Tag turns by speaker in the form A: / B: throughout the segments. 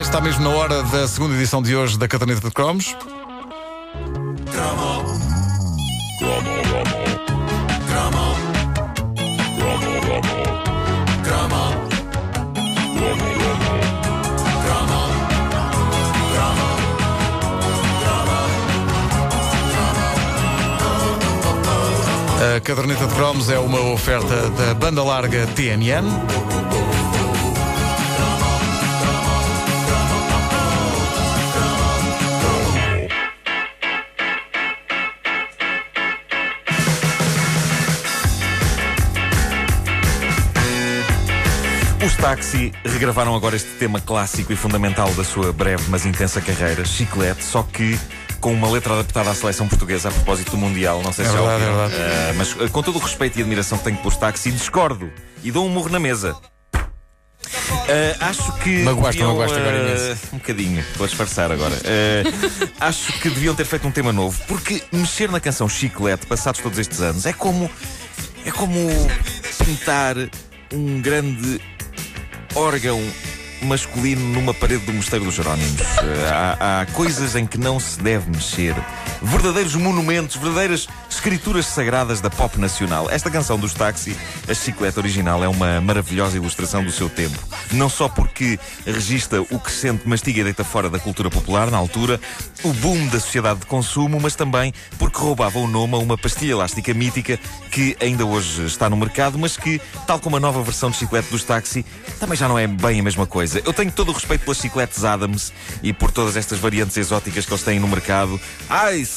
A: Está mesmo na hora da segunda edição de hoje da Cataneta de Cromos. A Caderneta de Cromos é uma oferta da banda larga TMN.
B: Os táxi regravaram agora este tema clássico e fundamental da sua breve mas intensa carreira, Chiclete, só que com uma letra adaptada à seleção portuguesa a propósito do Mundial. Não sei
A: É
B: se
A: verdade,
B: já ouviram.
A: é verdade.
B: Ah, mas ah, com todo o respeito e admiração que tenho pelos táxi, discordo e dou um murro na mesa. Ah, acho que.
A: Magoaste,
B: deviam,
A: magoaste agora
B: ah,
A: imenso.
B: um bocadinho, vou disfarçar agora. Eh, acho que deviam ter feito um tema novo, porque mexer na canção Chiclete, passados todos estes anos, é como. é como pintar um grande órgão masculino numa parede do Mosteiro dos Jerónimos. Eh, há, há coisas em que não se deve mexer. Verdadeiros monumentos, verdadeiras escrituras sagradas da pop nacional. Esta canção dos táxi, a chicleta original, é uma maravilhosa ilustração do seu tempo. Não só porque registra o que se sente, mastiga e deita fora da cultura popular na altura, o boom da sociedade de consumo, mas também porque roubava o nome a uma pastilha elástica mítica que ainda hoje está no mercado, mas que, tal como a nova versão de chiclete dos táxi, também já não é bem a mesma coisa. Eu tenho todo o respeito pelas chicletes Adams e por todas estas variantes exóticas que eles têm no mercado. Ice!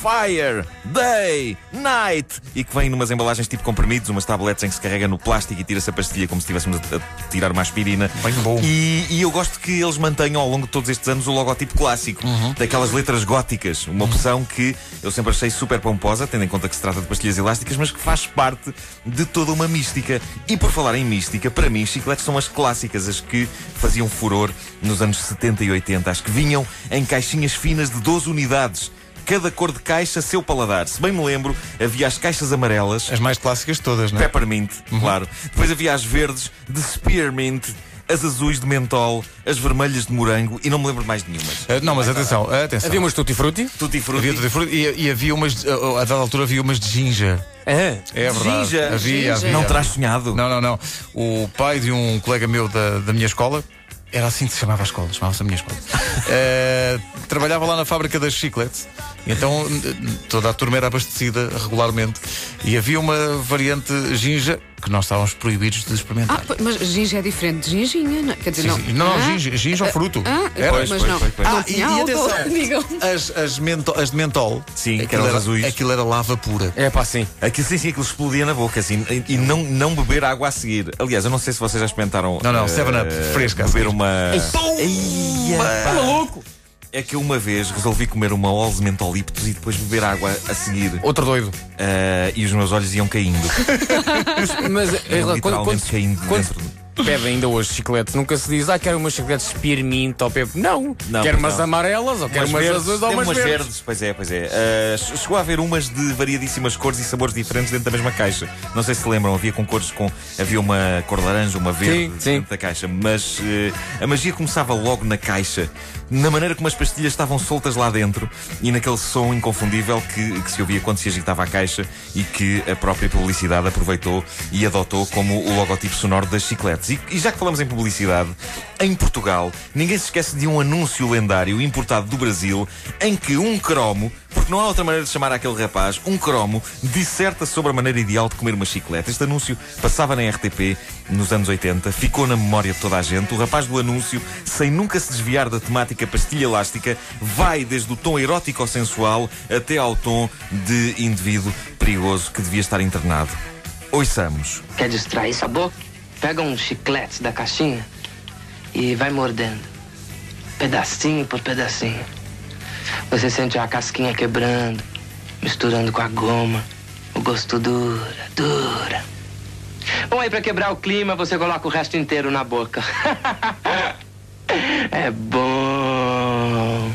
B: Fire, Day, Night e que vêm numas embalagens tipo comprimidos, umas tabletes em que se carrega no plástico e tira-se a pastilha como se estivéssemos a a tirar uma aspirina.
A: Bem bom.
B: E, e eu gosto que eles mantenham ao longo de todos estes anos o logotipo clássico, daquelas letras góticas, uma opção que eu sempre achei super pomposa, tendo em conta que se trata de pastilhas elásticas, mas que faz parte de toda uma mística. E por falar em mística, para mim, chicletes são as clássicas, as que faziam furor nos anos 70 e 80, as que vinham em caixinhas finas de 12 unidades. Cada cor de caixa, seu paladar. Se bem me lembro, havia as caixas amarelas,
A: As mais clássicas de todas, não é?
B: Peppermint, claro. Depois havia as verdes de Spearmint, as azuis de mentol, as vermelhas de morango e não me lembro de mais de nenhumas.
A: Ah, não, mas atenção, ah, atenção.
C: Havia umas tutti frutti?
B: Tutti
A: Havia
B: frutti.
A: tudo de fruta e, e havia umas, ah, a dada altura havia umas de ginja.
C: É.
A: É verdade.
B: Ginja.
A: Havia, havia.
B: Não terás sonhado?
A: Não, não, não. O pai de um colega meu da, da minha escola, era assim que se chamava a escola, chamava-se a minha escola. Eh, trabalhava lá na fábrica das chicletes. Então n- toda a turma era abastecida regularmente e havia uma variante ginja que nós estávamos proibidos de
D: Ah,
A: experimentar.
D: p- mas ginja é diferente de ginginha, não? é? Quer dizer,
A: Sim,
D: não.
A: sim. Não, não, ginja- ginja é um
D: Ah,
A: fruto.
D: Ah,
A: Era.
D: mas
B: Pois,
D: não.
B: pois, pois, pois.
D: não
A: Ah, e,
D: tinha
A: e
D: álcool,
A: atenção,
D: digam.
A: as, as, mento, as de mentol,
B: Sim, que
A: aquilo
B: eram
A: era,
B: azuis.
A: aquilo era lava pura.
C: É pá, sim.
B: Aquilo sim, sim, aquilo explodia na boca, assim, e, e não, não beber água a seguir. Aliás, eu não sei se vocês já experimentaram.
A: Não, não,
B: eh,
A: 7-Up, fresca a
B: Beber
A: seguir.
B: uma. Eia, pá.
C: Maluco!
B: É que eu uma vez resolvi comer uma Olze mentoliptos e depois beber água a seguir.
C: Outro doido.
B: eh, e os meus olhos iam caindo.
C: Mas em
B: Iam
C: relação-
B: É
C: quando,
B: literalmente caindo
C: quando, quando
B: dentro do-
C: pede ainda hoje chicletes, nunca se diz, ah, quero umas chicletes spearmint ou pepe. Não.
B: Não,
C: quero
B: pois
C: umas
B: não.
C: amarelas ou quero
B: Umas
C: umas
B: verdes,
C: azuis ou
B: tem
C: umas verdes.
B: Pois é, pois é. Ah, ch- chegou a haver umas de variadíssimas cores e sabores diferentes dentro da mesma caixa. Não sei se lembram, havia com cores com. Havia uma cor laranja, uma verde
C: Sim,
B: dentro
C: sim.
B: da caixa. Mas eh, a magia começava logo na caixa, na maneira como as pastilhas estavam soltas lá dentro e naquele som inconfundível que, que se ouvia quando se agitava a caixa e que a própria publicidade aproveitou e adotou como o logotipo sonoro das chicletes. E, e já que falamos em publicidade, em Portugal, ninguém se esquece de um anúncio lendário importado do Brasil em que um cromo, porque não há outra maneira de chamar aquele rapaz, um cromo, disserta sobre a maneira ideal de comer uma chiclete. Este anúncio passava na RTP nos anos 80, ficou na memória de toda a gente. O rapaz do anúncio, sem nunca se desviar da temática pastilha elástica, vai desde o tom erótico ou sensual até ao tom de indivíduo perigoso que devia estar internado. Ouçamos.
E: Quer distrair sua boca? Pega um chiclete da caixinha e vai mordendo. Pedacinho por pedacinho. Você sente a casquinha quebrando, misturando com a goma. O gosto dura, dura. Bom, aí pra quebrar o clima, você coloca o resto inteiro na boca. é bom.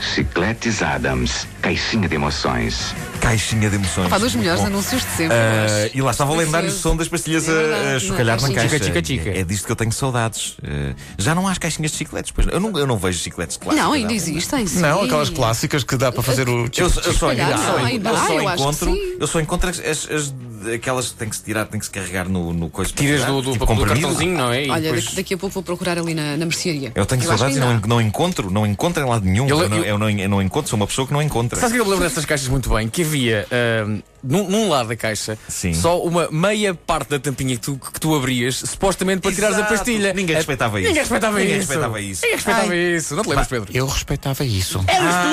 F: Chicletes Adams, caixinha de emoções.
B: Caixinha de emoções.
D: Pá, dos melhores
B: Bom.
D: anúncios de sempre. eu
B: Ah,
D: acho.
B: e lá estava o lendário
D: Delicioso.
B: som das pastilhas
D: É
B: a, a
D: verdade,
B: chocalhar
D: não,
B: na
D: caixinha.
B: caixa.
C: Tica, tica, tica.
B: É disto que eu tenho saudades. Ah, já não há as caixinhas de chicletes, pois não. Eu não, eu não vejo chicletes clássicos.
D: Não, ainda existem. Sim.
A: Não, aquelas clássicas que dá para fazer o. tipo
B: Eu, eu só,
D: calhar
B: eu só-
D: não,
B: eu
D: ainda
B: só
D: há, eu acho que
B: encontro,
D: sim.
B: eu só encontro as, as- as- aquelas que tem que se tirar, tem que se carregar no, no coisa. para
C: Tiras
B: tirar,
C: do, do,
B: tipo
C: do
B: comprimido.
C: cartãozinho, não é? E
D: Olha,
C: depois-
D: daqui, daqui a pouco vou procurar ali na, na mercearia.
B: Eu tenho
D: acho
B: saudades e
D: que
B: não,
D: ainda há.
B: não encontro, não encontro em lado nenhum.
C: Eu
B: Eu,
C: le-
B: não,
C: eu-
B: eu não, eu não encontro, sou uma pessoa que não encontra.
C: é- Sabe o que eu me lembro dessas caixas muito bem? Que havia ahm, num, num lado da caixa
B: Sim.
C: só uma meia parte da tampinha que tu, que tu abrias, supostamente é para tirares a
B: Exato.
C: pastilha.
B: Ninguém
C: A-
B: respeitava isso.
C: Ninguém respeitava
B: Ninguém
C: isso.
B: respeitava isso.
C: Ninguém respeitava isso. Não te lembras, Pedro?
A: Eu respeitava isso.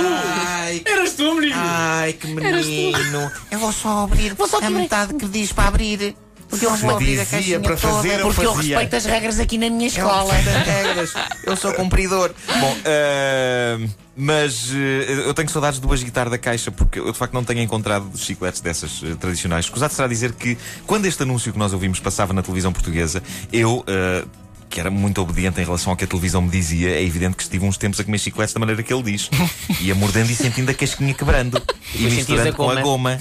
B: Ai,
C: Eras tu, menino!
B: ai, que menino.
G: Eu vou só abrir a metade que diz para abrir. Porque eu vou abrir a
A: dizia
G: caixinha
A: para fazer,
G: toda,
A: eu
G: porque eu
A: fazia.
G: respeito as regras aqui na
B: É um
G: minha escola.
B: Eu sou cumpridor. Bom, ahm, mas eh, eu tenho saudades de duas guitarras da caixa, porque eu de facto não tenho encontrado chicletes dessas eh, tradicionais. Escusado será dizer que quando este anúncio que nós ouvimos passava na televisão portuguesa, eu. eh, que era muito obediente em relação ao que a televisão me dizia, é evidente que estive uns tempos a comer chicletes da maneira que ele diz. Ia mordendo e sentindo a casquinha quebrando. E
G: sentias
B: misturando
G: a
B: com a
G: goma.
B: goma.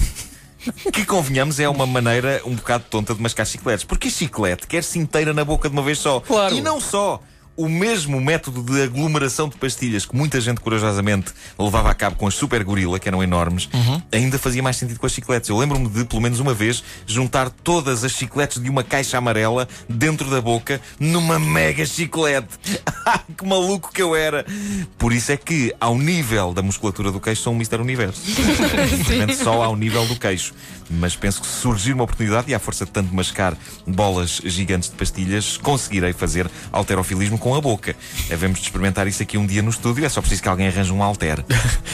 B: Que convenhamos é uma maneira um bocado tonta de mascar chicletes. Porque a chiclete quer-se inteira na boca de uma vez só.
C: Claro.
B: E não só. O mesmo método de aglomeração de pastilhas que muita gente corajosamente levava a cabo com as super gorila, que eram enormes, ainda fazia mais sentido com as chicletes. Eu lembro-me de, pelo menos uma vez, juntar todas as chicletes de uma caixa amarela dentro da boca numa mega chiclete. Ah, que maluco que eu era! Por isso é que, ao nível da musculatura do queixo, sou um Mister Universo. Simplesmente só ao nível do queixo. Mas penso que se surgir uma oportunidade, e à força de tanto mascar bolas gigantes de pastilhas, conseguirei fazer alterofilismo com a boca. Havemos de experimentar isso aqui um dia no estúdio, é só preciso que alguém arranje um alter.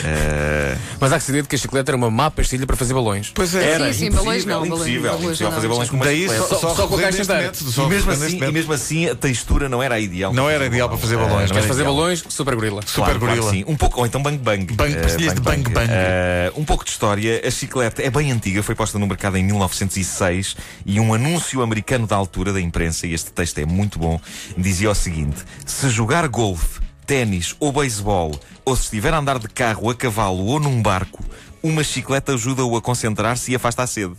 B: Eh,
C: Mas há que se dizer que a chicleta era uma má pastilha para fazer balões.
A: Pois é.
D: Sim, sim, balões não.
B: impossível, impossível,
D: balões- balões
B: impossível fazer
D: não.
B: balões é, com uma
A: Daí
B: chiclete.
A: só,
C: Só- só com a
A: recorrer
C: caixa
A: neste
C: inteira.
A: método, só
B: E mesmo,
A: recorrer
B: assim,
A: neste
B: e
A: método.
B: mesmo assim, a textura não era a ideal.
A: Não era ideal para fazer balões,
B: Eh,
A: não
C: Queres
A: era
C: fazer
A: ideal.
C: balões? Super gorila.
A: Super
B: claro
A: gorila.
B: que sim. Um pouco, ou então bang bang.
A: Bang,
B: Eh,
A: pastilhas de bang bang.
B: Eh, um pouco de história. A chiclete é bem antiga, foi posta no mercado em 1906 e um anúncio americano da altura da imprensa, e este texto é muito bom, dizia o seguinte: Se jogar golfe, ténis ou beisebol, ou se estiver a andar de carro, a cavalo ou num barco, uma chiclete ajuda-o a concentrar-se e afasta a sede.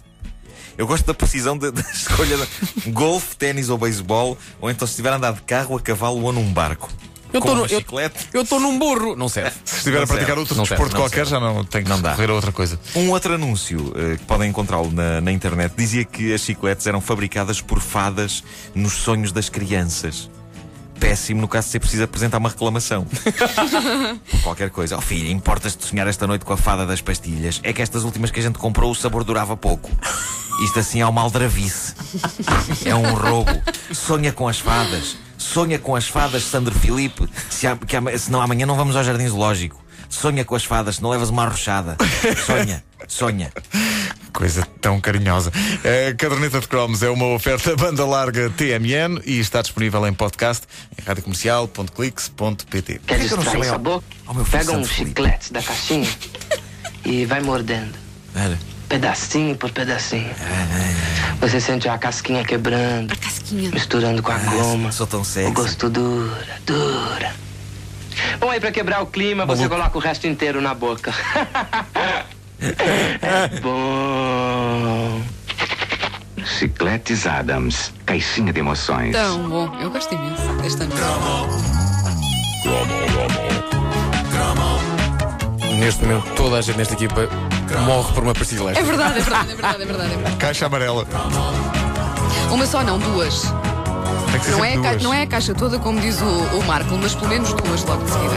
B: Eu gosto da precisão da, da escolha de golfe, ténis ou beisebol, ou então se estiver a andar de carro, a cavalo ou num barco.
C: Eu
B: Com
C: tô no-
B: uma
C: eu-
B: chiclete.
C: Eu estou num burro. Não serve.
A: Se estiver a
B: Não
A: praticar
B: serve,
A: outro
C: não
A: desporto
B: serve, não
A: qualquer, já não tem que
B: Não dá.
A: recorrer a outra coisa.
B: Um outro anúncio eh, que podem encontrá-lo na, na internet dizia que as chicletes eram fabricadas por fadas nos sonhos das crianças. Péssimo no caso de ser preciso apresentar uma reclamação. Por qualquer coisa. Oh filho, importas-te sonhar esta noite com a fada das pastilhas? É que estas últimas que a gente comprou o sabor durava pouco. Isto assim é uma aldravice. É um roubo. Sonha com as fadas. Sonha com as fadas, Sandro Filipe. Se há- que ama- senão amanhã não vamos ao jardim zoológico. Sonha com as fadas, não levas uma arrochada. Sonha, sonha.
A: Coisa tão carinhosa. A caderneta de cromos é uma oferta banda larga TMN e está disponível em podcast em radiocomercial.clix.pt.
E: Quer
B: que eu não
E: distrair
B: chamei ao-
E: sua boca?
B: ao meu filho
E: Pega um
B: Santo Felipe?
E: chiclete da caixinha e vai mordendo.
B: Era.
E: pedacinho por pedacinho.
B: É,
E: Você sente a casquinha quebrando,
D: A casquinha.
E: misturando com a goma.
B: Ah, sou tão sexy.
E: O gosto dura, dura. Bom, aí pra quebrar o clima, você coloca o resto inteiro na boca. é bom.
F: Chicletes Adams, caixinha de emoções.
D: Tão bom. Eu gosto imenso deste ano.
C: Neste momento, toda a gente nesta equipa morre por uma pastilha
D: É
C: elétrica.
D: verdade, é verdade, é verdade, é verdade, é verdade.
A: Caixa amarela.
D: Uma só não, duas.
A: Tem que ser
D: Não
A: sempre
D: é, a ca-
A: duas.
D: não é a caixa toda, como diz o, o Marco, mas pelo menos duas logo de seguida.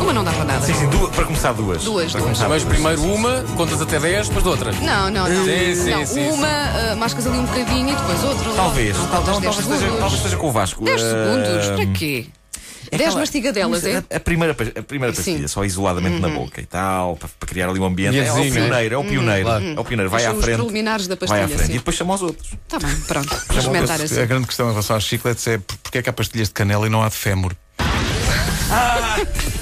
D: Uma não dá para nada.
B: Sim, sim, duas, para começar duas.
D: Duas,
B: Para
D: duas.
B: começar
C: Mas primeiro um. uma, contas até 10, depois outra.
D: Não, não, não.
C: Sim, sim,
D: Não,
C: sim,
D: uma, ah, mascas ali um bocadinho e depois outra.
B: Talvez,
D: outra,
B: tal- tal-
D: dez
B: talvez, esteja,
D: segundos.
B: talvez esteja com o Vasco.
D: 10
B: Eh,
D: segundos, para quê? 10
B: aquela-
D: mastigadelas,
B: Mas
D: é?
B: A, a primeira, pa- a primeira
D: Sim. Uhum.
B: pastilha, só isoladamente na boca e tal, para, para criar ali um ambiente. É, o
C: Ambientezinho, né?
B: pioneiro, é o pioneiro. É o pioneiro, vai
D: São
B: à
D: Uhum. os
B: frente.
D: preliminares da
B: Vai
D: pastilha,
B: à frente.
D: sim.
B: E depois chama os outros.
D: Tá bem, pronto. Vou experimentar assim.
A: A grande questão em relação às chicletes é por- porque é que há pastilhas de canela e não há de fémur?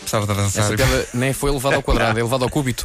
A: Precisava de dançar.
C: Essa piada nem foi elevada ao quadrado, é elevada ao cúbito.